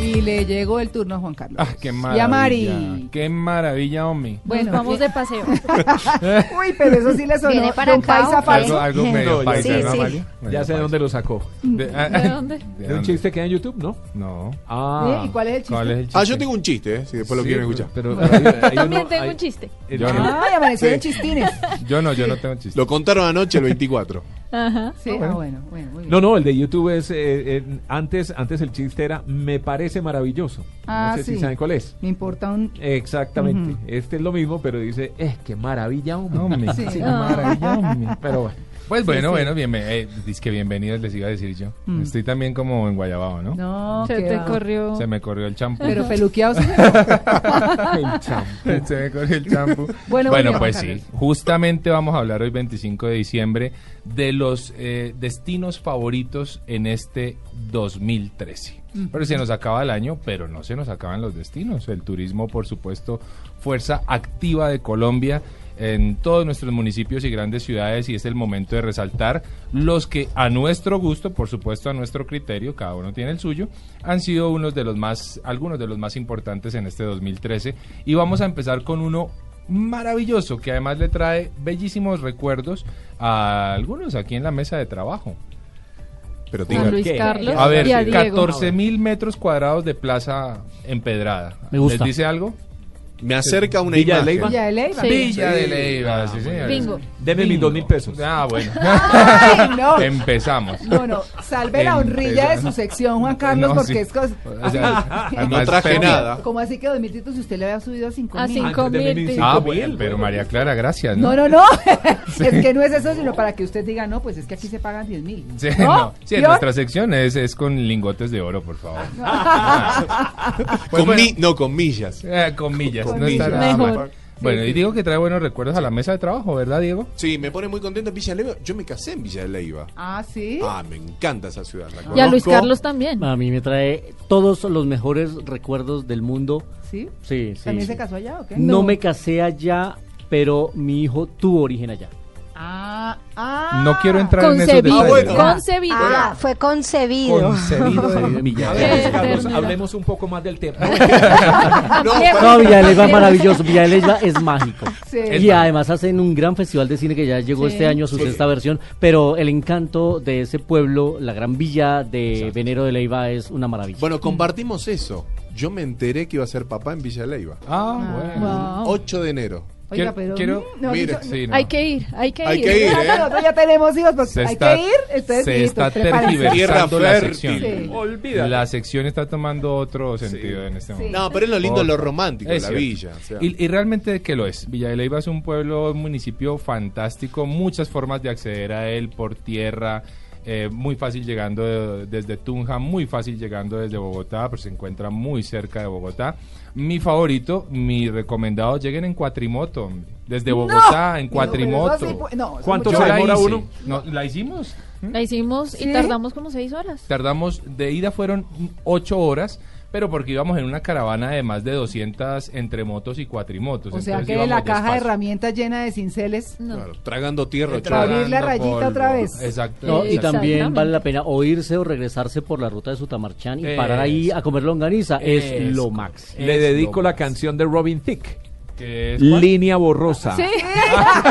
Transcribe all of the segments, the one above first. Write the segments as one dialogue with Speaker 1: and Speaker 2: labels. Speaker 1: Y le llegó el turno a Juan Carlos.
Speaker 2: Ah, qué maravilla.
Speaker 1: Y a Mari.
Speaker 2: Qué maravilla, homie.
Speaker 3: Bueno, Pues vamos de paseo.
Speaker 1: Uy, pero eso sí le sonó.
Speaker 3: Viene para
Speaker 1: Don Paisa
Speaker 3: acá,
Speaker 2: Algo,
Speaker 3: ¿o qué?
Speaker 1: falso.
Speaker 2: algo medio
Speaker 4: No,
Speaker 2: paisa,
Speaker 3: sí,
Speaker 2: ¿no,
Speaker 3: sí.
Speaker 2: Amalia? Medio
Speaker 4: Ya sé de dónde lo sacó.
Speaker 2: De, ah,
Speaker 3: ¿De dónde?
Speaker 2: ¿de
Speaker 4: Es un
Speaker 2: dónde?
Speaker 4: chiste que hay en YouTube, ¿no?
Speaker 2: No.
Speaker 4: Ah.
Speaker 1: ¿Y cuál es el chiste?
Speaker 2: ¿Cuál es el chiste?
Speaker 4: Ah, yo
Speaker 2: tengo
Speaker 4: un chiste,
Speaker 5: ¿eh?
Speaker 4: si después
Speaker 2: lo quieren escuchar.
Speaker 4: Pero, pero hay- Eh, hay
Speaker 3: También
Speaker 4: uno-
Speaker 3: tengo
Speaker 4: hay-
Speaker 3: un chiste.
Speaker 2: Yo no,
Speaker 1: Ay, amaneció de chistines.
Speaker 2: yo no, yo no tengo chiste.
Speaker 5: Lo contaron anoche el 24.
Speaker 3: Ajá.
Speaker 1: Sí, ah, bueno, bueno, muy bien.
Speaker 4: No, no, el de YouTube es. eh, eh, antes, antes el chiste era Me parece maravilloso.
Speaker 1: Ah,
Speaker 4: no sé
Speaker 1: sí.
Speaker 4: si saben cuál es.
Speaker 1: Me importa un...
Speaker 4: Exactamente. Este es lo mismo, pero dice: Es que maravilla, hombre.
Speaker 2: Homie,
Speaker 1: Sí.
Speaker 2: qué
Speaker 3: Ah.
Speaker 2: maravilla, homie.
Speaker 4: Pero bueno.
Speaker 2: Pues bueno, bueno, bienven eh, dizque bienvenidos les iba a decir yo. Estoy también como en Guayabao, ¿no?
Speaker 1: No,
Speaker 3: Se
Speaker 1: qué
Speaker 3: te
Speaker 1: va.
Speaker 3: corrió.
Speaker 2: Se me corrió el champú.
Speaker 1: Pero peluqueado sí se-
Speaker 4: El champ.
Speaker 2: Se me corrió el champú.
Speaker 1: Bueno,
Speaker 2: Bueno,
Speaker 1: muy bien,
Speaker 2: pues
Speaker 1: Juan
Speaker 2: sí. Justamente vamos a hablar hoy, 25 de diciembre, de los eh, destinos favoritos en este 2013. Pero se nos acaba el año, pero no se nos acaban los destinos. El turismo, por supuesto, fuerza activa de Colombia en todos nuestros municipios y grandes ciudades y es el momento de resaltar los que a nuestro gusto, por supuesto a nuestro criterio, cada uno tiene el suyo, han sido unos de los más algunos de los más importantes en este 2013 y vamos a empezar con uno maravilloso que además le trae bellísimos recuerdos a algunos aquí en la mesa de trabajo.
Speaker 5: Pero
Speaker 3: A
Speaker 5: diga,
Speaker 3: Luis
Speaker 4: ¿qué?
Speaker 3: Carlos
Speaker 2: A ver,
Speaker 3: y a Diego.
Speaker 2: 14 mil metros cuadrados de plaza empedrada.
Speaker 4: Me gusta.
Speaker 2: ¿Les dice algo?
Speaker 5: me acerca una
Speaker 4: Villa de
Speaker 5: imagen.
Speaker 1: Villa de Leyva.
Speaker 4: Leyva.
Speaker 3: Sí.
Speaker 2: Villa de
Speaker 4: Ah,
Speaker 2: Leyva, sí, señores.
Speaker 3: Bingo.
Speaker 4: Deme mis dos mil pesos.
Speaker 2: Ah, bueno.
Speaker 1: Ay, no.
Speaker 2: Empezamos.
Speaker 1: No, no, salve la honrilla de su sección, Juan Carlos,
Speaker 2: No,
Speaker 1: porque
Speaker 2: sí.
Speaker 1: es cosa...
Speaker 2: O sea, además,
Speaker 5: No traje
Speaker 2: pero-
Speaker 5: nada.
Speaker 1: ¿Cómo así que 2000 títulos si usted le había subido a 5
Speaker 3: A
Speaker 1: mil?
Speaker 3: cinco. Con
Speaker 4: Deme
Speaker 3: mil,
Speaker 4: mis
Speaker 3: sí.
Speaker 4: cinco
Speaker 2: Ah,
Speaker 4: mil,
Speaker 2: bueno, pero
Speaker 4: bueno.
Speaker 2: María Clara, gracias.
Speaker 1: No, no, no. es que no es eso, sino para que usted diga, no, pues es que aquí se pagan 10 mil.
Speaker 2: Sí,
Speaker 1: ¿No?
Speaker 2: no. Sí, en
Speaker 1: ¿Yo?
Speaker 2: nuestra sección es, es con lingotes de oro, por favor. Ah. Pues
Speaker 5: Con
Speaker 2: bueno.
Speaker 5: mi- no, con millas.
Speaker 2: Eh, con millas,
Speaker 5: Con
Speaker 2: no está
Speaker 5: millas.
Speaker 2: nada
Speaker 3: Mejor.
Speaker 2: mal. Bueno, y digo que trae buenos recuerdos a la mesa de trabajo, ¿verdad, Diego?
Speaker 5: Sí, me pone muy contento Villa de Leyva. Yo me casé en Villa de Leyva.
Speaker 1: Ah, sí.
Speaker 5: Ah, me encanta esa ciudad. la
Speaker 3: Y a Luis
Speaker 5: conozco.
Speaker 3: Carlos también.
Speaker 6: A mí me trae todos los mejores recuerdos del mundo.
Speaker 1: ¿Sí?
Speaker 6: Sí, sí.
Speaker 1: ¿También
Speaker 6: sí.
Speaker 1: se casó allá o qué?
Speaker 6: No me casé allá, pero mi hijo tuvo origen allá.
Speaker 1: Ah, ah.
Speaker 2: No quiero entrar en esos
Speaker 3: Concebido.
Speaker 2: detalles.
Speaker 5: Ah, bueno.
Speaker 3: Concebido.
Speaker 7: Ah, fue concebido.
Speaker 2: Concebido en
Speaker 4: A
Speaker 2: Villa
Speaker 4: ver, Luis
Speaker 3: Qué
Speaker 4: Carlos,
Speaker 3: ternura.
Speaker 4: hablemos un poco más del tema.
Speaker 5: No,
Speaker 6: No, Villaleiva es maravilloso. Villaleiva es mágico.
Speaker 1: Sí.
Speaker 2: Es
Speaker 6: Y
Speaker 2: mágico.
Speaker 6: además hacen un gran festival de cine que ya llegó
Speaker 3: Sí.
Speaker 6: este año a su sexta versión. Pero el encanto de ese pueblo, la gran villa de Venero de Leiva, es una maravilla.
Speaker 5: Bueno, compartimos eso. Yo me enteré que iba a ser papá en Villa de Leyva.
Speaker 2: Ah, bueno.
Speaker 3: Wow.
Speaker 5: 8 de enero.
Speaker 1: Oiga,
Speaker 2: Quiero-
Speaker 1: pero.
Speaker 2: quiero-
Speaker 1: mm, no,
Speaker 5: Mire,
Speaker 1: yo-
Speaker 2: Sí, no.
Speaker 3: Hay que ir, hay que
Speaker 5: Hay
Speaker 3: ir.
Speaker 5: que ir,
Speaker 1: Ah,
Speaker 5: ¿eh?
Speaker 1: nosotros ya tenemos hijos, pues
Speaker 2: Se
Speaker 1: hay
Speaker 2: está-
Speaker 1: que ir. Entonces,
Speaker 2: se
Speaker 1: listos,
Speaker 2: está
Speaker 1: prepárense.
Speaker 2: tergiversando
Speaker 5: Tierra
Speaker 2: la
Speaker 5: fértil.
Speaker 2: sección.
Speaker 1: Sí.
Speaker 4: Olvídalo.
Speaker 2: La sección está tomando otro sentido en este momento.
Speaker 5: No, pero es lo lindo, lo romántico de
Speaker 2: Es
Speaker 5: la
Speaker 2: cierto.
Speaker 5: villa. o sea.
Speaker 2: Y, y realmente que lo es. Villa de Leyva es un pueblo, un municipio fantástico, muchas formas de acceder a él por tierra. eh, muy fácil llegando de- desde Tunja, muy fácil llegando desde Bogotá, pero se encuentra muy cerca de Bogotá. Mi favorito, mi recomendado, lleguen en cuatrimoto, hombre. desde Bogotá, en
Speaker 1: No, pero eso sí,
Speaker 2: cuatrimoto.
Speaker 1: pues, no, eso
Speaker 4: ¿Cuánto
Speaker 1: mucho-
Speaker 2: Yo
Speaker 4: se
Speaker 2: la
Speaker 4: demora
Speaker 2: hice.
Speaker 4: uno?
Speaker 2: No, ¿La hicimos?
Speaker 3: La hicimos y
Speaker 1: ¿Sí?
Speaker 3: tardamos como seis horas.
Speaker 2: Tardamos, de ida fueron ocho horas, pero porque íbamos en una caravana de más de 200 entre motos y cuatrimotos.
Speaker 1: O sea
Speaker 2: entonces
Speaker 1: que de la
Speaker 2: íbamos
Speaker 1: caja de
Speaker 2: despacio.
Speaker 1: herramientas llena de cinceles.
Speaker 3: No.
Speaker 5: Claro, tragando tierra. ocho
Speaker 1: Tragando.
Speaker 5: horas.
Speaker 1: abrir la rayita
Speaker 2: Polvo.
Speaker 1: otra vez.
Speaker 2: Exacto.
Speaker 6: No, y
Speaker 2: exacto.
Speaker 6: también vale
Speaker 3: Exactamente.
Speaker 6: la pena o irse o regresarse por la ruta de Sutamarchán y parar ahí
Speaker 2: Es-
Speaker 6: a comer longaniza. Es,
Speaker 2: es-
Speaker 6: lo máximo.
Speaker 4: Le
Speaker 2: Es
Speaker 4: dedico
Speaker 2: lo
Speaker 4: la
Speaker 2: más.
Speaker 4: canción de Robin Thicke.
Speaker 2: ¿Qué es? ¿Cuál?
Speaker 4: Línea borrosa.
Speaker 3: Sí.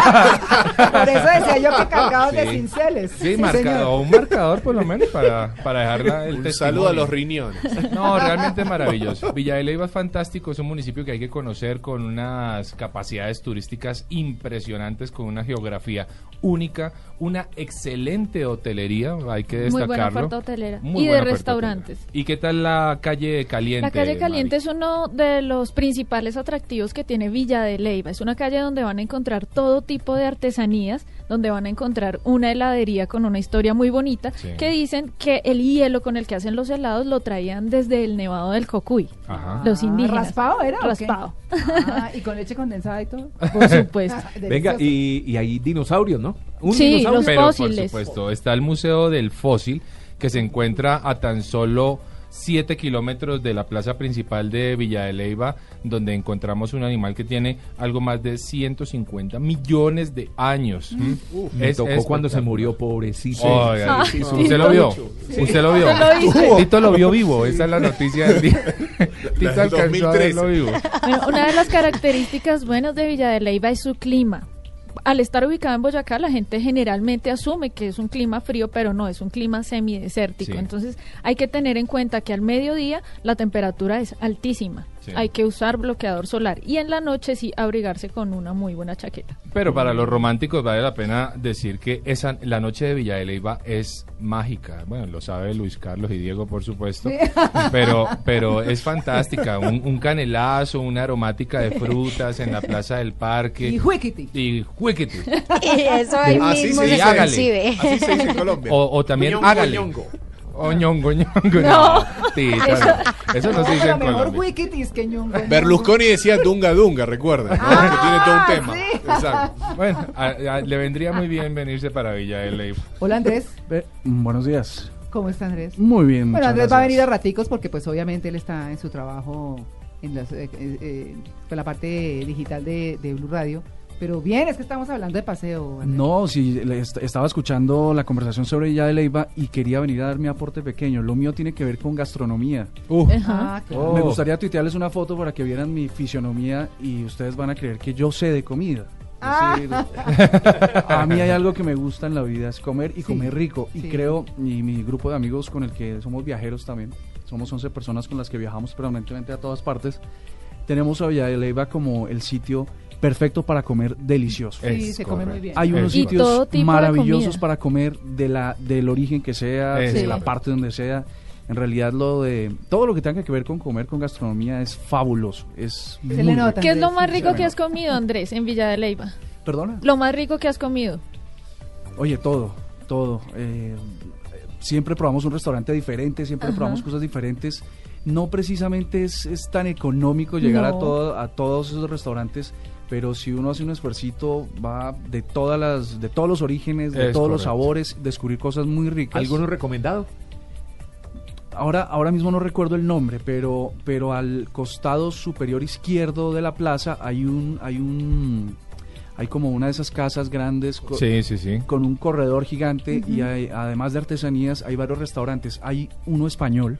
Speaker 1: Por eso decía yo que cargados de
Speaker 2: Sí.
Speaker 1: cinceles.
Speaker 2: Sí,
Speaker 1: señor.
Speaker 2: marcado, un marcador por lo menos para, para dejarla el
Speaker 5: Un
Speaker 2: testimonio.
Speaker 5: saludo a los riñones.
Speaker 2: No, realmente maravilloso. Villa de Leyva es fantástico, es un municipio que hay que conocer con unas capacidades turísticas impresionantes, con una geografía única, una excelente hotelería, hay que
Speaker 3: Muy buena
Speaker 2: destacarlo.
Speaker 3: oferta hotelera.
Speaker 2: Muy
Speaker 3: Y de
Speaker 2: buena oferta
Speaker 3: restaurantes.
Speaker 2: hotelera. ¿Y qué tal la calle Caliente?
Speaker 3: La calle caliente
Speaker 2: Mari?
Speaker 3: es uno de los principales atractivos que tiene Villa de Leyva. Es una calle donde van a encontrar todo tipo de artesanías, donde van a encontrar una heladería con una historia muy bonita,
Speaker 2: Sí.
Speaker 3: que dicen que el hielo con el que hacen los helados lo traían desde el Nevado del Cocuy,
Speaker 2: Ajá.
Speaker 3: los indígenas.
Speaker 1: Ah, ¿Raspado era? o qué?
Speaker 3: Raspado.
Speaker 1: Ah, y con leche condensada y todo. Ah,
Speaker 3: Por supuesto.
Speaker 8: Venga,
Speaker 1: Delicioso.
Speaker 8: y, y hay dinosaurios, ¿no? Un
Speaker 3: Sí,
Speaker 8: dinosaurio.
Speaker 3: los
Speaker 2: Pero
Speaker 3: fósiles.
Speaker 2: por supuesto, está el Museo del Fósil, que se encuentra a tan solo 7 kilómetros de la plaza principal de Villa de Leyva, donde encontramos un animal que tiene algo más de 150 millones de años. ¿Mm?
Speaker 8: Me tocó cuando se
Speaker 2: espectacular.
Speaker 8: murió, pobrecito.
Speaker 2: Oiga,
Speaker 3: Sí, sí, sí.
Speaker 2: usted lo vio, usted lo vio.
Speaker 3: Yo lo hice.
Speaker 2: Tito lo vio vivo, esa es la noticia del día.
Speaker 5: La
Speaker 2: Tito
Speaker 5: del
Speaker 2: alcanzó a verlo
Speaker 5: 2013.
Speaker 2: vivo.
Speaker 3: Bueno, una de las características buenas de Villa de Leyva es su clima. Al estar ubicada en Boyacá, la gente generalmente asume que es un clima frío, pero no, es un clima semidesértico.
Speaker 2: Sí.
Speaker 3: Entonces hay que tener en cuenta que al mediodía la temperatura es altísima.
Speaker 2: Sí.
Speaker 3: Hay que usar bloqueador solar y en la noche sí abrigarse con una muy buena chaqueta.
Speaker 2: Pero para los románticos vale la pena decir que esa, la noche de Villa de Leyva es mágica. Bueno, lo sabe Luis Carlos y Diego, por supuesto. Pero, pero es fantástica. Un, un canelazo, una aromática de frutas en la plaza del parque.
Speaker 1: Y juequiti.
Speaker 2: Y juequete.
Speaker 9: Y eso ahí
Speaker 4: Ah,
Speaker 5: Así
Speaker 9: mismo
Speaker 5: se
Speaker 9: se
Speaker 5: dice,
Speaker 9: concibe.
Speaker 5: Así se dice en Colombia.
Speaker 2: O, o también
Speaker 5: Ñongo,
Speaker 2: hágale.
Speaker 5: ñongo.
Speaker 2: O ñongo, ñongo. No. Tita, no. eso, no se dice
Speaker 1: pero
Speaker 2: en
Speaker 1: mejor
Speaker 2: Colombia.
Speaker 1: wikiti es que ñongo.
Speaker 5: Berlusconi decía Dunga Dunga, recuerda. ¿no?
Speaker 1: Ah,
Speaker 5: que tiene todo un tema.
Speaker 1: sí.
Speaker 5: Exacto.
Speaker 2: Bueno, a- a- le vendría muy bien venirse para Villa de Leyva.
Speaker 1: Hola Andrés,
Speaker 4: Eh, buenos días.
Speaker 1: ¿cómo está Andrés?
Speaker 4: Muy bien.
Speaker 1: Bueno,
Speaker 4: muchas
Speaker 1: Andrés va a
Speaker 4: gracias.
Speaker 1: venir a raticos porque pues obviamente él está en su trabajo en las, eh, eh, eh, con la parte digital de, de Blue Radio. Pero bien, es que estamos hablando de paseo. Andrés.
Speaker 4: No, sí, le est- estaba escuchando la conversación sobre Illa de Leiva y quería venir a dar mi aporte pequeño. Lo mío tiene que ver con gastronomía.
Speaker 1: Ah, claro.
Speaker 4: Me gustaría tuitearles una foto para que vieran mi fisionomía y ustedes van a creer que yo sé de comida.
Speaker 1: Ah.
Speaker 4: Es decir, a mí hay algo que me gusta en la vida, es comer y comer rico. Y
Speaker 1: sí.
Speaker 4: creo, y mi grupo de amigos con el que somos viajeros también, somos 11 personas con las que viajamos permanentemente a todas partes, tenemos a Villa de Leyva como el sitio perfecto para comer delicioso.
Speaker 1: Sí,
Speaker 2: Es
Speaker 1: se come muy
Speaker 2: correcto.
Speaker 1: bien.
Speaker 4: Hay
Speaker 2: Es
Speaker 4: unos
Speaker 3: Y todo
Speaker 4: sitios
Speaker 3: tipo de
Speaker 4: maravillosos
Speaker 3: comida.
Speaker 4: para comer de la del origen que sea,
Speaker 2: Es
Speaker 4: de
Speaker 3: Sí.
Speaker 4: la parte donde sea. En realidad lo de todo lo que tenga que ver con comer con gastronomía es fabuloso, es
Speaker 1: Se
Speaker 4: muy
Speaker 1: le
Speaker 4: rico.
Speaker 1: nota.
Speaker 3: ¿Qué es lo
Speaker 1: Andrés.
Speaker 3: más rico que has comido, Andrés, en Villa de Leyva?
Speaker 4: Perdona.
Speaker 3: Lo más rico que has comido.
Speaker 4: Oye, todo, todo. Eh, siempre probamos un restaurante diferente, siempre probamos cosas diferentes. No precisamente es, es tan económico llegar
Speaker 3: No.
Speaker 4: a, todo, a todos esos restaurantes, pero si uno hace un esfuercito, va de todas las, de todos los orígenes, de
Speaker 2: Es
Speaker 4: todos los
Speaker 2: correcto.
Speaker 4: sabores, descubrir cosas muy ricas.
Speaker 8: ¿Alguno recomendado?
Speaker 4: Ahora, ahora mismo no recuerdo el nombre, pero, pero al costado superior izquierdo de la plaza hay un, hay un, hay como una de esas casas grandes co-
Speaker 2: Sí, sí, sí.
Speaker 4: con un corredor gigante y hay, además de artesanías hay varios restaurantes. Hay uno español,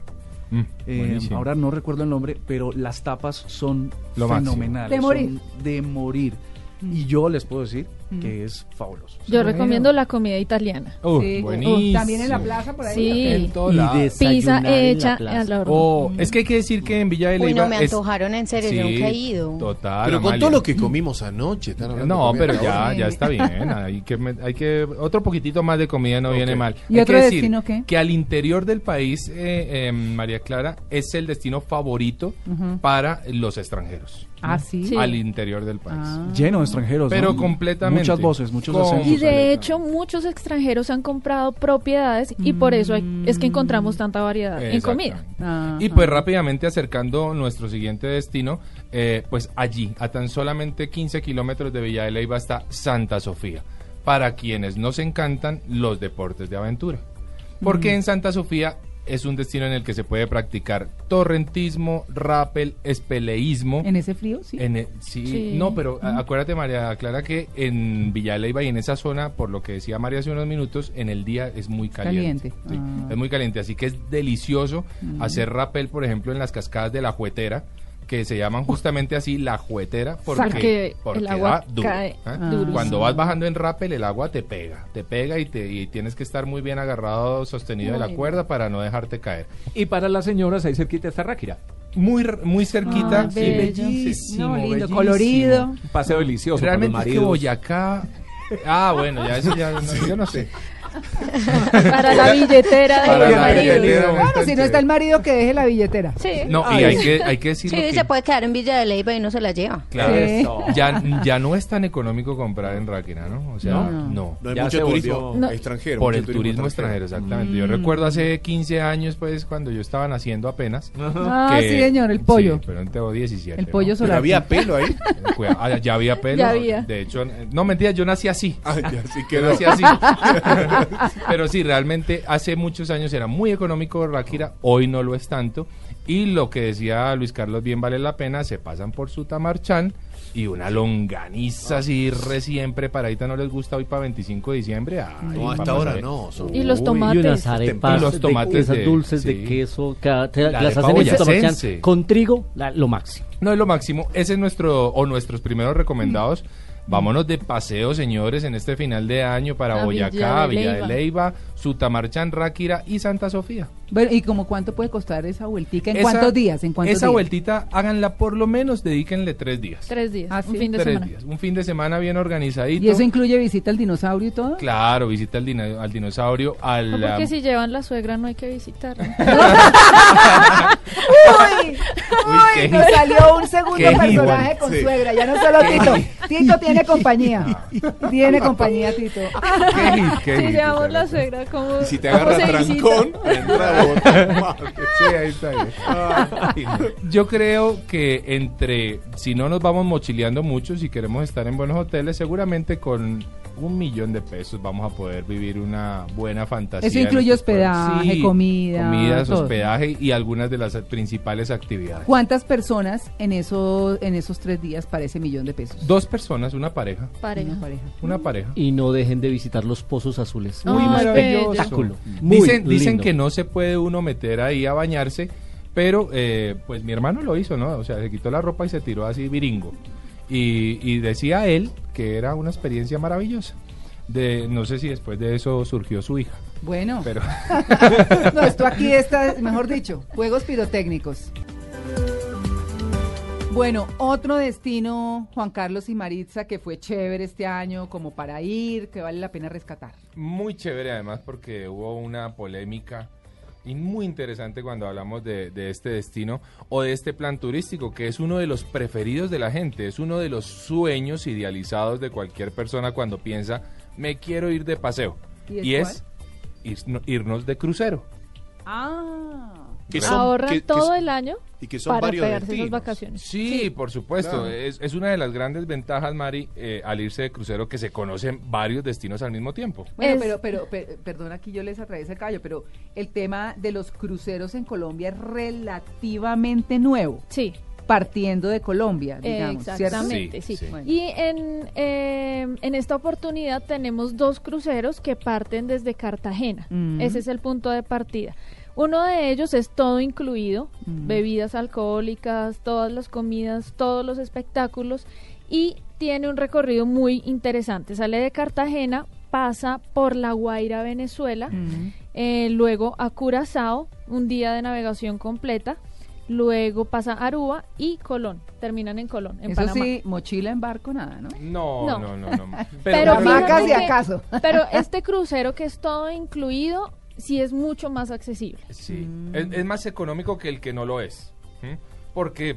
Speaker 2: Mm,
Speaker 4: eh,
Speaker 2: buenísimo.
Speaker 4: ahora no recuerdo el nombre, pero las tapas son
Speaker 2: Lo máximo.
Speaker 4: fenomenales,
Speaker 1: De morir. Mm.
Speaker 4: son de morir. Y yo les puedo decir que es fabuloso.
Speaker 3: Yo
Speaker 1: Bueno.
Speaker 3: recomiendo la comida italiana.
Speaker 2: Uh,
Speaker 1: Sí,
Speaker 2: buenísimo.
Speaker 1: También en la plaza por ahí.
Speaker 3: Sí.
Speaker 2: En todo
Speaker 6: Y
Speaker 2: lado.
Speaker 3: Pizza
Speaker 6: desayunar en la
Speaker 3: hecha
Speaker 6: plaza.
Speaker 3: al horno.
Speaker 2: Oh, es que hay que decir que en Villa de
Speaker 9: Uy,
Speaker 2: Leyva
Speaker 9: no me
Speaker 2: es-
Speaker 9: antojaron en serio, yo
Speaker 2: Sí,
Speaker 9: nunca he ido.
Speaker 2: Total.
Speaker 5: Pero con
Speaker 2: Amalia.
Speaker 5: todo lo que comimos anoche. están hablando de
Speaker 2: No,
Speaker 5: comida
Speaker 2: pero ya,
Speaker 5: ahora.
Speaker 2: ya está bien. Hay que, met- hay que otro poquitito más de comida no viene mal.
Speaker 1: ¿Y
Speaker 2: Hay
Speaker 1: otro
Speaker 2: que decir
Speaker 1: destino qué?
Speaker 2: Que al interior del país, eh, eh, María Clara es el destino favorito para los extranjeros.
Speaker 1: Ah, sí.
Speaker 3: Sí.
Speaker 2: Al interior del país.
Speaker 1: Ah.
Speaker 4: Lleno de extranjeros.
Speaker 2: Pero
Speaker 4: ¿no?
Speaker 2: completamente.
Speaker 4: Muchas voces, muchos
Speaker 2: Com-
Speaker 4: acentos.
Speaker 3: Y de
Speaker 2: Alexa.
Speaker 3: hecho muchos extranjeros han comprado propiedades y por eso hay- es que encontramos tanta variedad en comida.
Speaker 2: Eh, Exactamente.
Speaker 1: Ajá.
Speaker 2: Y pues rápidamente acercando nuestro siguiente destino, eh, pues allí, a tan solamente 15 kilómetros de Villa de Leyva está Santa Sofía, para quienes nos encantan los deportes de aventura. Porque en Santa Sofía es un destino en el que se puede practicar torrentismo, rappel, espeleísmo.
Speaker 1: ¿En ese frío? Sí.
Speaker 2: En el- sí,
Speaker 3: Sí.
Speaker 2: no, pero a- acuérdate, María Clara, que en Villa de Leyva y en esa zona, por lo que decía María hace unos minutos, en el día es muy caliente.
Speaker 1: Caliente.
Speaker 2: Sí,
Speaker 1: Ah.
Speaker 2: Es muy caliente, así que es delicioso hacer rappel, por ejemplo, en las cascadas de la juetera, que se llaman justamente así la juetera, porque,
Speaker 3: Porque
Speaker 2: porque
Speaker 3: el agua
Speaker 2: da duro,
Speaker 3: cae
Speaker 2: ¿eh?
Speaker 3: durísimo.
Speaker 2: Cuando vas bajando en rappel, el agua te pega, te pega y, te, y tienes que estar muy bien agarrado, sostenido de la cuerda para no dejarte caer.
Speaker 8: Y para las señoras, ahí cerquita está Ráquira.
Speaker 2: Muy, r- muy cerquita.
Speaker 3: Ay, bello.
Speaker 1: No, lindo, colorido.
Speaker 8: Un paseo delicioso. para los
Speaker 2: Realmente es que
Speaker 8: maridos.
Speaker 2: Boyacá. Ah, bueno, ya eso ya no, yo no sé.
Speaker 3: Para la billetera
Speaker 2: Para
Speaker 3: de
Speaker 2: la
Speaker 3: marido.
Speaker 2: billetera.
Speaker 1: Bueno, si no está el marido, que deje la billetera.
Speaker 3: Sí.
Speaker 2: este- No, y hay que, hay que decir
Speaker 7: Sí, se puede quedar en Villa de Leyva y no se la lleva.
Speaker 2: Claro,
Speaker 1: Sí.
Speaker 2: ya, ya no es tan económico comprar en Ráquina, ¿no? O sea,
Speaker 1: No.
Speaker 2: no.
Speaker 5: No hay
Speaker 4: Ya se
Speaker 5: mucho
Speaker 4: volvió-
Speaker 5: turismo
Speaker 3: No.
Speaker 5: extranjero.
Speaker 2: Por
Speaker 5: mucho
Speaker 2: el turismo extranjero, exactamente.
Speaker 1: Mm.
Speaker 2: Yo recuerdo hace 15 años, pues, cuando yo estaba naciendo apenas.
Speaker 1: Ah,
Speaker 2: que-
Speaker 1: sí, señor, el pollo.
Speaker 2: Sí, pero tengo 17.
Speaker 1: El
Speaker 2: ¿no?
Speaker 1: pollo
Speaker 5: Pero
Speaker 1: solar.
Speaker 5: había pelo ahí.
Speaker 2: Cuidado, ah, ya había pelo.
Speaker 3: Ya había.
Speaker 2: De hecho, no mentira, yo nací así.
Speaker 5: Ay, ya sí
Speaker 2: Yo
Speaker 5: quedó.
Speaker 2: nací así. Pero sí, realmente hace muchos años era muy económico Ráquira, hoy no lo es tanto. Y lo que decía Luis Carlos, bien vale la pena, se pasan por su tamarchán y una longaniza así recién preparadita, no les gusta hoy para 25 de diciembre. Ay,
Speaker 5: No, hasta
Speaker 2: papá,
Speaker 5: ahora
Speaker 2: sabe.
Speaker 5: no. son-
Speaker 3: Y los
Speaker 2: Uy,
Speaker 6: Y
Speaker 3: tomates.
Speaker 6: unas arepas,
Speaker 2: Y los
Speaker 6: de-
Speaker 2: tomates
Speaker 6: esas
Speaker 2: de-
Speaker 6: dulces
Speaker 2: sí.
Speaker 6: de queso, ca- te-
Speaker 2: La arepa
Speaker 6: las hacen en Santa Marchán
Speaker 2: boyacense.
Speaker 6: con trigo, la- lo máximo.
Speaker 2: No es lo máximo. Ese es nuestro o nuestros primeros
Speaker 5: Mm.
Speaker 2: recomendados. Vámonos de paseo, señores, en este final de año para
Speaker 3: A
Speaker 2: Boyacá,
Speaker 3: Ah, Villa de
Speaker 2: Villa de
Speaker 3: Leyva.
Speaker 2: Leyva, Sutamarchán, Ráquira y Santa Sofía.
Speaker 1: Bueno, ¿y como cuánto puede costar esa vueltica? ¿En
Speaker 2: Esa-
Speaker 1: cuántos días? ¿En cuántos
Speaker 2: esa
Speaker 1: días?
Speaker 2: vueltita, háganla por lo menos, dedíquenle tres días.
Speaker 3: Tres días.
Speaker 1: Ah, sí.
Speaker 3: Un fin de
Speaker 2: Tres
Speaker 3: semana.
Speaker 2: días. Un fin de semana bien organizadito.
Speaker 1: ¿Y eso incluye visita al dinosaurio y todo?
Speaker 2: Claro, visita al, dino- al dinosaurio, al...
Speaker 3: No,
Speaker 2: ah,
Speaker 3: porque si llevan la suegra no hay que visitarla.
Speaker 1: ¡Uy!
Speaker 2: Uy, qué-
Speaker 1: ¡Uy! Nos salió un segundo
Speaker 2: qué
Speaker 1: personaje
Speaker 2: igual,
Speaker 1: con
Speaker 5: sí.
Speaker 1: suegra. Ya no solo Tito. Tito tiene compañía. Tiene compañía, Tito.
Speaker 2: qué hit, qué
Speaker 3: si
Speaker 2: hit, Isabela.
Speaker 3: llevamos la suegra, como
Speaker 5: Y si te agarra trancón, entra a botar.
Speaker 2: Sí, ahí está. bien. Ay, no. Yo creo que entre, si no nos vamos mochileando mucho, si queremos estar en buenos hoteles, seguramente con un millón de pesos vamos a poder vivir una buena fantasía.
Speaker 1: Eso
Speaker 2: en
Speaker 1: incluye
Speaker 2: estos pueblos.
Speaker 1: hospedaje,
Speaker 2: Sí,
Speaker 1: comida,
Speaker 2: Comidas,
Speaker 1: todo.
Speaker 2: hospedaje y algunas de las principales actividades.
Speaker 1: ¿Cuántas personas en, eso, en esos tres días para ese millón de pesos?
Speaker 2: Dos personas, una pareja.
Speaker 3: pareja.
Speaker 1: Una pareja.
Speaker 2: Una pareja.
Speaker 6: Y no dejen de visitar los pozos azules.
Speaker 3: Muy Ay, maravilloso.
Speaker 6: Espectáculo. Muy
Speaker 2: Dicen, dicen
Speaker 6: lindo.
Speaker 2: que no se puede uno meter ahí a bañarse, pero eh, pues mi hermano lo hizo, ¿no? O sea, se quitó la ropa y se tiró así viringo. Y, y decía él que era una experiencia maravillosa. De, no sé si después de eso surgió su hija,
Speaker 1: Bueno,
Speaker 2: pero...
Speaker 1: no, esto aquí está, mejor dicho, juegos pirotécnicos. Bueno, otro destino, Juan Carlos y Maritza, que fue chévere este año, como para ir, que vale la pena rescatar.
Speaker 2: Muy chévere además porque hubo una polémica y muy interesante cuando hablamos de, de este destino o de este plan turístico que es uno de los preferidos de la gente, es uno de los sueños idealizados de cualquier persona cuando piensa me quiero ir de paseo
Speaker 1: ¿Y
Speaker 2: y,
Speaker 1: es
Speaker 2: es irno- irnos de crucero.
Speaker 1: Ah,
Speaker 5: Que son-
Speaker 3: Ahorran
Speaker 5: que- que
Speaker 3: todo
Speaker 5: son-
Speaker 3: el año
Speaker 5: Y que son
Speaker 3: para
Speaker 5: varios
Speaker 3: pegarse esas
Speaker 5: destinos.
Speaker 3: vacaciones.
Speaker 2: Sí, por supuesto.
Speaker 5: Claro.
Speaker 2: Es, es una de las grandes ventajas, Mari, eh, al irse de crucero que se conocen varios destinos al mismo tiempo.
Speaker 1: bueno,
Speaker 3: Es-
Speaker 1: pero, pero, per- perdón, aquí yo les atravieso el callo, pero el tema de los cruceros en Colombia es relativamente nuevo,
Speaker 3: Sí,
Speaker 1: partiendo de Colombia, digamos, ¿cierto?
Speaker 3: Exactamente,
Speaker 2: Sí,
Speaker 3: sí.
Speaker 2: sí.
Speaker 3: Y en, eh, en esta oportunidad tenemos dos cruceros que parten desde Cartagena.
Speaker 1: Ujú.
Speaker 3: Ese es el punto de partida. Uno de ellos es todo incluido,
Speaker 1: Ujú.
Speaker 3: bebidas alcohólicas, todas las comidas, todos los espectáculos y tiene un recorrido muy interesante. Sale de Cartagena, pasa por La Guaira, Venezuela,
Speaker 1: Ujú.
Speaker 3: eh, luego a Curazao, un día de navegación completa. Luego pasa Aruba y Colón. Terminan en Colón, en
Speaker 1: Eso
Speaker 3: Panamá.
Speaker 1: sí, mochila en barco, nada, ¿no?
Speaker 2: No, no,
Speaker 3: No.
Speaker 2: no, no.
Speaker 1: Pero
Speaker 3: Pero
Speaker 1: vacas
Speaker 3: fíjate
Speaker 1: y
Speaker 3: que-
Speaker 1: acaso.
Speaker 3: Pero este crucero que es todo incluido, sí es mucho más accesible.
Speaker 2: Sí, es, es más económico que el que no lo es. ¿m? Porque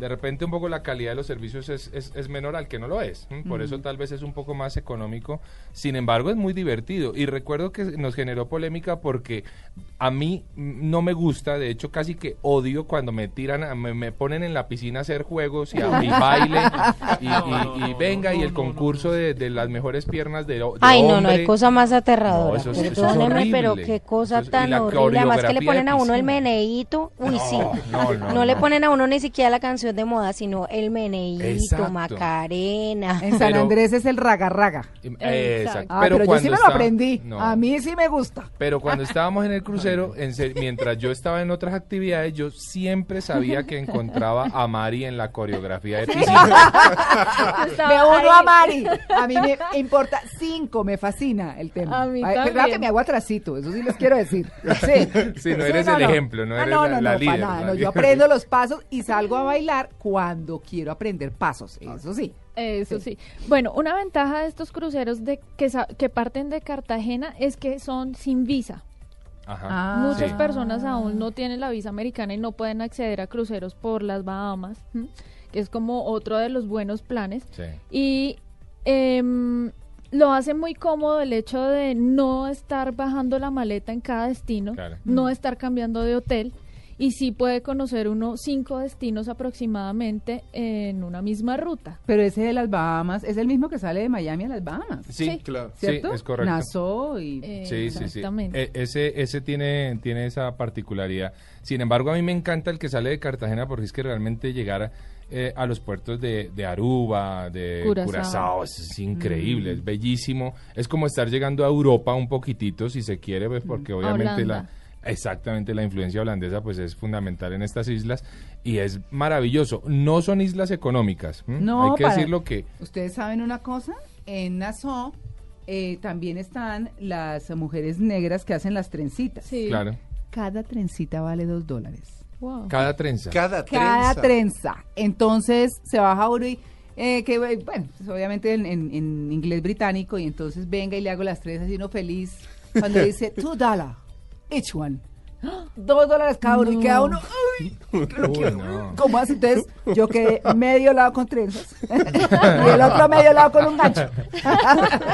Speaker 2: de repente un poco la calidad de los servicios es, es- es menor al que no lo es. ¿m? Por eso tal vez es un poco más económico. Sin embargo, es muy divertido. Y recuerdo que nos generó polémica porque a mí mm, no me gusta, de hecho casi que odio cuando me tiran, a- me, me ponen en la piscina a hacer juegos y a mi baile y, y- y venga y el concurso de, de las mejores piernas de, o- de
Speaker 7: Ay, no, no
Speaker 2: hombre.
Speaker 7: hay cosa más aterradora.
Speaker 2: No, eso es- eso es
Speaker 7: Perdóneme,
Speaker 2: horrible.
Speaker 7: pero qué cosa
Speaker 2: Eso es- y
Speaker 7: tan
Speaker 2: la
Speaker 7: horrible. Además que le
Speaker 2: coreografía
Speaker 7: ponen
Speaker 2: de
Speaker 7: a uno el
Speaker 2: piscina.
Speaker 7: meneíto. Uy,
Speaker 2: No,
Speaker 7: sí.
Speaker 2: no, no,
Speaker 7: le
Speaker 2: no.
Speaker 7: ponen a uno ni siquiera la canción de moda, sino el meneíto,
Speaker 2: Exacto.
Speaker 3: Ah.
Speaker 7: Macarena.
Speaker 1: En San
Speaker 2: Pero-
Speaker 1: Andrés es el raga raga.
Speaker 2: eh, Exacto.
Speaker 1: Ah, pero, yo sí
Speaker 2: cuando
Speaker 1: me lo
Speaker 2: estaba-
Speaker 1: aprendí.
Speaker 2: No.
Speaker 1: A mí sí me gusta.
Speaker 2: Pero cuando estábamos en el crucero, en ser- mientras yo estaba en otras actividades, yo siempre sabía que encontraba a Mari en la coreografía de piscina.
Speaker 1: Me uno a Mari. A mí me importa cinco, me fascina el tema.
Speaker 3: A mí
Speaker 1: Ay, pero Claro
Speaker 3: también.
Speaker 1: que me hago atrasito, eso sí les quiero decir. Sí,
Speaker 2: Sí, no eres el ejemplo, no
Speaker 1: Ah,
Speaker 2: eres
Speaker 1: no,
Speaker 2: la-
Speaker 1: no,
Speaker 2: la
Speaker 1: no, para
Speaker 2: líder,
Speaker 1: nada,
Speaker 2: la
Speaker 1: no,
Speaker 2: líder.
Speaker 1: yo aprendo los pasos y salgo a bailar cuando quiero aprender pasos, eso sí.
Speaker 3: Eso sí. Bueno, una ventaja de estos cruceros de que, sa- que parten de Cartagena es que son sin visa.
Speaker 2: Ajá.
Speaker 1: Ah,
Speaker 3: Muchas
Speaker 2: sí.
Speaker 3: personas aún no tienen la visa americana y no pueden acceder a cruceros por las Bahamas, ¿m? que es como otro de los buenos planes.
Speaker 2: Sí.
Speaker 3: Y em, lo hace muy cómodo el hecho de no estar bajando la maleta en cada destino,
Speaker 2: Claro.
Speaker 3: no estar cambiando de hotel. Y sí puede conocer uno cinco destinos aproximadamente en una misma ruta.
Speaker 1: Pero ese de las Bahamas es el mismo que sale de Miami a las Bahamas.
Speaker 2: Sí,
Speaker 5: claro.
Speaker 1: ¿Cierto?
Speaker 2: es correcto.
Speaker 1: Nassau y.
Speaker 3: Eh,
Speaker 2: Sí, sí, sí.
Speaker 3: Exactamente.
Speaker 2: E- ese ese tiene, tiene esa particularidad. Sin embargo, a mí me encanta el que sale de Cartagena porque es que realmente llegar eh, a los puertos de, de Aruba, de
Speaker 3: Curazao. Mm.
Speaker 2: Curazao, es, es increíble, es bellísimo. Es como estar llegando a Europa un poquitito, si se quiere, pues porque obviamente la...
Speaker 3: Mm. Holanda.
Speaker 2: Exactamente, la influencia holandesa pues es fundamental en estas islas y es maravilloso. No son islas económicas, ¿m?
Speaker 1: No,
Speaker 2: hay que
Speaker 1: para-
Speaker 2: decirlo que
Speaker 1: Ustedes saben una cosa, en Nassau eh, también están las mujeres negras que hacen las trencitas.
Speaker 3: Sí.
Speaker 2: claro,
Speaker 1: Cada trencita vale dos dólares.
Speaker 3: Wow.
Speaker 2: cada trenza.
Speaker 5: Cada,
Speaker 1: Cada
Speaker 5: trenza.
Speaker 1: trenza. Entonces se baja uno y eh, que bueno, pues, obviamente en, en- en inglés británico y entonces venga y le hago las trenzas y uno feliz cuando dice two dollar each one. Dos dólares cada uno y queda uno, ¡ay! Lo
Speaker 2: Uy,
Speaker 1: quiero.
Speaker 2: no.
Speaker 1: ¿Cómo así? Entonces yo quedé medio lado con trenzas y el otro medio lado con un gancho.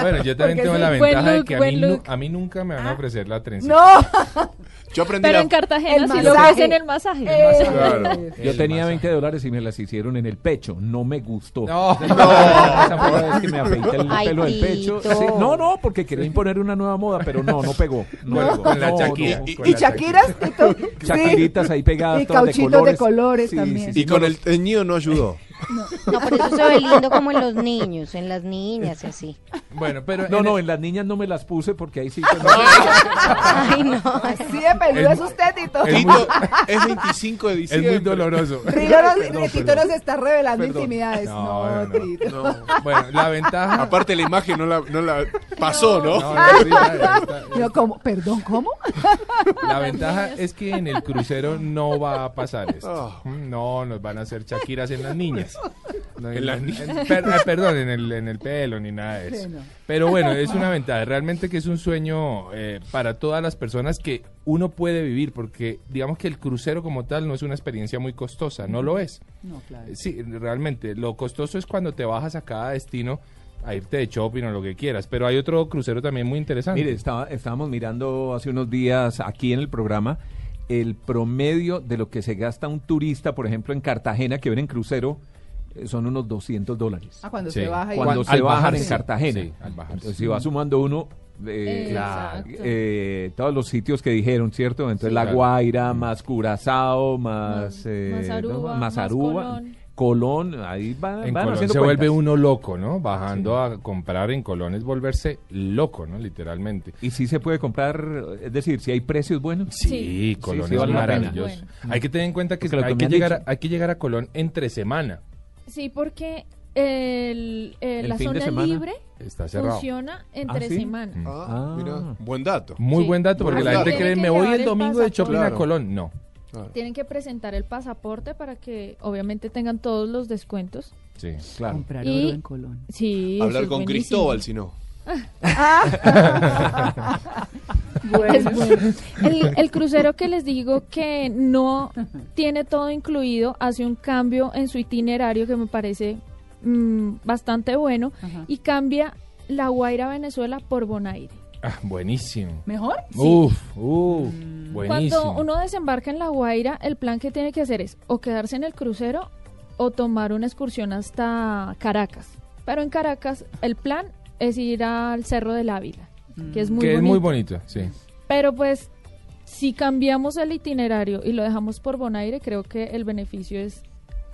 Speaker 2: Bueno, yo también
Speaker 1: Porque
Speaker 2: tengo
Speaker 1: sí.
Speaker 2: la
Speaker 3: Buen
Speaker 2: ventaja de
Speaker 3: look,
Speaker 2: que a mí,
Speaker 3: buen
Speaker 2: nu-
Speaker 3: look.
Speaker 2: a mí nunca me van a ofrecer la trencita.
Speaker 1: No,
Speaker 5: Yo aprendí
Speaker 3: Pero
Speaker 5: la-
Speaker 3: en Cartagena
Speaker 1: El
Speaker 3: sí lo
Speaker 1: masaje.
Speaker 3: hacen el masaje.
Speaker 1: Eh,
Speaker 5: Claro.
Speaker 4: Yo
Speaker 2: El
Speaker 4: tenía
Speaker 2: masaje.
Speaker 4: 20 dólares y me las hicieron en el pecho. No me gustó.
Speaker 2: No.
Speaker 4: Esa fue la vez que me afeité el
Speaker 7: Ay,
Speaker 4: pelo del pecho.
Speaker 7: Tito.
Speaker 4: Sí, No, no, porque quería imponer una nueva moda, pero no, no pegó. No
Speaker 2: Con-
Speaker 4: pegó.
Speaker 2: con la
Speaker 4: No,
Speaker 2: Shakira.
Speaker 4: no.
Speaker 5: Y-
Speaker 2: con
Speaker 1: y
Speaker 2: la
Speaker 1: chaquiras, Tito? Sí.
Speaker 4: Shakiritas ahí pegadas
Speaker 1: Y
Speaker 4: todas de
Speaker 1: cauchitos
Speaker 4: colores.
Speaker 1: de colores
Speaker 4: Sí,
Speaker 1: también.
Speaker 4: sí, sí.
Speaker 5: Y con el teñido no ayudó.
Speaker 7: No, pero eso se ve lindo como en los niños, en las niñas y así.
Speaker 2: Bueno, pero
Speaker 4: No,
Speaker 2: en
Speaker 4: no,
Speaker 2: el-
Speaker 4: en las niñas no me las puse porque ahí sí que no.
Speaker 7: Ay, no.
Speaker 1: Así de peludo es
Speaker 2: Es-
Speaker 1: usted, Tito.
Speaker 2: Es
Speaker 5: Tito, es 25 de
Speaker 2: es
Speaker 5: diciembre.
Speaker 2: muy doloroso.
Speaker 1: Tito nos,
Speaker 2: Perdón,
Speaker 1: Tito
Speaker 2: perdón.
Speaker 1: nos está revelando
Speaker 2: Perdón.
Speaker 1: intimidades.
Speaker 2: No,
Speaker 1: No,
Speaker 2: no, no.
Speaker 1: Tito.
Speaker 5: No.
Speaker 2: Bueno, la ventaja...
Speaker 5: Aparte la imagen no la, no la pasó, ¿no?
Speaker 2: No, no, sí, ya está.
Speaker 1: Yo como, perdón, ¿cómo?
Speaker 2: La ventaja es que en el crucero no va a pasar esto. No, nos van a hacer chaquiras en las niñas. No,
Speaker 5: En las
Speaker 2: no,
Speaker 5: niñas.
Speaker 2: en- per- ah, perdón, en el, en el pelo ni nada de
Speaker 1: Sí,
Speaker 2: eso.
Speaker 1: no.
Speaker 2: Pero bueno, es una ventaja. Realmente que es un sueño eh, para todas las personas que uno puede vivir, porque digamos que el crucero como tal no es una experiencia muy costosa, no lo es.
Speaker 1: No, claro.
Speaker 2: Eh, Sí, realmente. Lo costoso es cuando te bajas a cada destino a irte de shopping o lo que quieras. Pero hay otro crucero también muy interesante.
Speaker 4: Mire, estaba- estábamos mirando hace unos días aquí en el programa el promedio de lo que se gasta un turista, por ejemplo, en Cartagena, que viene en crucero, eh, son unos 200 dólares.
Speaker 1: Ah, cuando
Speaker 2: Sí.
Speaker 1: se baja y
Speaker 4: Cuando
Speaker 2: Cuan-
Speaker 4: se
Speaker 2: al
Speaker 4: bajan
Speaker 2: bajarse.
Speaker 4: en Cartagena.
Speaker 2: Sí, al bajarse.
Speaker 4: Entonces, si va sumando uno... eh,
Speaker 3: Exacto.
Speaker 4: eh, todos los sitios que dijeron, ¿cierto? Entonces La
Speaker 2: Claro. Mm.
Speaker 4: Guaira, más Curazao, más,
Speaker 3: Más-
Speaker 4: eh,
Speaker 3: más Aruba,
Speaker 4: ¿no?
Speaker 3: más
Speaker 4: Aruba,
Speaker 3: Colón.
Speaker 4: Colón, ahí van,
Speaker 2: En
Speaker 4: van
Speaker 2: Colón
Speaker 4: haciendo
Speaker 2: se vuelve
Speaker 4: cuentas.
Speaker 2: uno loco, ¿no? Bajando a comprar en Colón es volverse loco, ¿no? Literalmente.
Speaker 4: Y sí se puede comprar, es decir, si hay precios buenos.
Speaker 3: Sí.
Speaker 2: Colón
Speaker 4: sí
Speaker 2: es
Speaker 4: vale la pena.
Speaker 2: maravilloso.
Speaker 4: Bueno.
Speaker 2: Hay que tener en cuenta que,
Speaker 4: Porque lo que
Speaker 2: hay,
Speaker 4: me
Speaker 2: que
Speaker 4: han
Speaker 2: llegar a,
Speaker 4: dicho.
Speaker 2: hay que llegar a Colón entre semana.
Speaker 3: Sí, porque el, eh,
Speaker 4: El
Speaker 3: la
Speaker 4: fin de
Speaker 3: zona
Speaker 4: semana.
Speaker 3: libre
Speaker 2: Está cerrado.
Speaker 3: funciona entre
Speaker 4: ¿Ah, sí?
Speaker 3: semana.
Speaker 5: Ah, mira, buen dato.
Speaker 2: Muy
Speaker 3: Sí.
Speaker 2: buen dato, porque
Speaker 5: Buen
Speaker 2: la
Speaker 5: dato.
Speaker 2: gente cree,
Speaker 3: Tienen
Speaker 2: me
Speaker 3: que
Speaker 2: voy
Speaker 3: llevar
Speaker 2: el
Speaker 3: el
Speaker 2: domingo de
Speaker 3: pasaporte.
Speaker 2: shopping a
Speaker 5: Claro.
Speaker 2: Colón. No.
Speaker 3: Tienen que presentar el pasaporte para que obviamente tengan todos los descuentos.
Speaker 2: Sí.
Speaker 4: Claro.
Speaker 1: comprar
Speaker 3: Y-
Speaker 1: oro en Colón.
Speaker 3: Sí, eso
Speaker 5: Hablar
Speaker 3: es
Speaker 5: con
Speaker 3: buenísimo.
Speaker 5: Cristóbal, si no.
Speaker 1: Ah. Bueno,
Speaker 3: El, el crucero que les digo que no tiene todo incluido hace un cambio en su itinerario que me parece mm, bastante bueno
Speaker 1: Ajá.
Speaker 3: y cambia La Guaira, Venezuela por Bonaire.
Speaker 2: Ah, buenísimo.
Speaker 1: ¿Mejor?
Speaker 2: Uf, uf. Buenísimo.
Speaker 3: Cuando uno desembarca en La Guaira, el plan que tiene que hacer es o quedarse en el crucero o tomar una excursión hasta Caracas. Pero en Caracas el plan es ir al Cerro del Ávila, que es muy
Speaker 2: que es
Speaker 3: bonito.
Speaker 2: muy bonito, sí.
Speaker 3: Pero pues si cambiamos el itinerario y lo dejamos por Bonaire, creo que el beneficio es...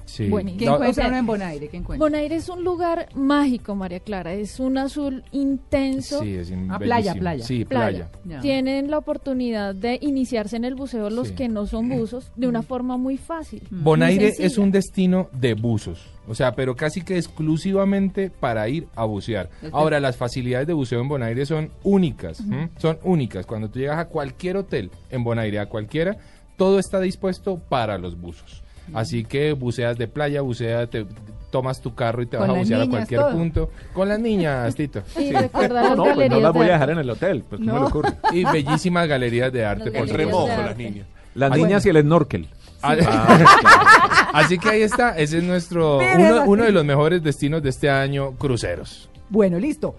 Speaker 2: sí.
Speaker 3: Buenísimo.
Speaker 1: ¿Qué
Speaker 2: No,
Speaker 1: encuentra uno en Bonaire? ¿Qué encuentra?
Speaker 3: Bonaire es un lugar mágico, María Clara. Es un azul intenso.
Speaker 2: Sí, es
Speaker 1: Ah, playa,
Speaker 2: bellísimo.
Speaker 1: playa.
Speaker 2: Sí, playa.
Speaker 3: playa.
Speaker 1: Ya.
Speaker 3: Tienen la oportunidad de iniciarse en el buceo los
Speaker 2: Sí.
Speaker 3: que no son buzos de una forma muy fácil. muy
Speaker 2: Bonaire
Speaker 3: sencilla.
Speaker 2: es un destino de buzos, o sea, pero casi que exclusivamente para ir a bucear. Ahora, las facilidades de buceo en Bonaire son únicas, ¿m? son únicas. Cuando tú llegas a cualquier hotel en Bonaire, a cualquiera, todo está dispuesto para los buzos. Así que buceas de playa, buceas, te tomas tu carro y te
Speaker 1: Con
Speaker 2: vas a
Speaker 1: las
Speaker 2: bucear a
Speaker 1: niñas,
Speaker 2: cualquier
Speaker 1: todo.
Speaker 2: punto. Con las niñas, Tito.
Speaker 3: Y recordar las
Speaker 4: No, pues
Speaker 3: galerías
Speaker 4: no las voy
Speaker 3: de
Speaker 4: a
Speaker 3: arte.
Speaker 4: dejar en el hotel, pues no me lo
Speaker 1: No.
Speaker 4: ocurre.
Speaker 2: Y bellísimas galerías de arte.
Speaker 3: Las
Speaker 2: por
Speaker 5: El
Speaker 3: galerías
Speaker 2: supuesto.
Speaker 5: remojo,
Speaker 3: de arte.
Speaker 5: las niñas.
Speaker 4: Las niñas y el snorkel.
Speaker 2: Ah, Así que ahí está, ese es nuestro
Speaker 1: Pero
Speaker 2: uno,
Speaker 1: es
Speaker 2: uno de
Speaker 1: así.
Speaker 2: los mejores destinos de este año, cruceros.
Speaker 1: Bueno, listo.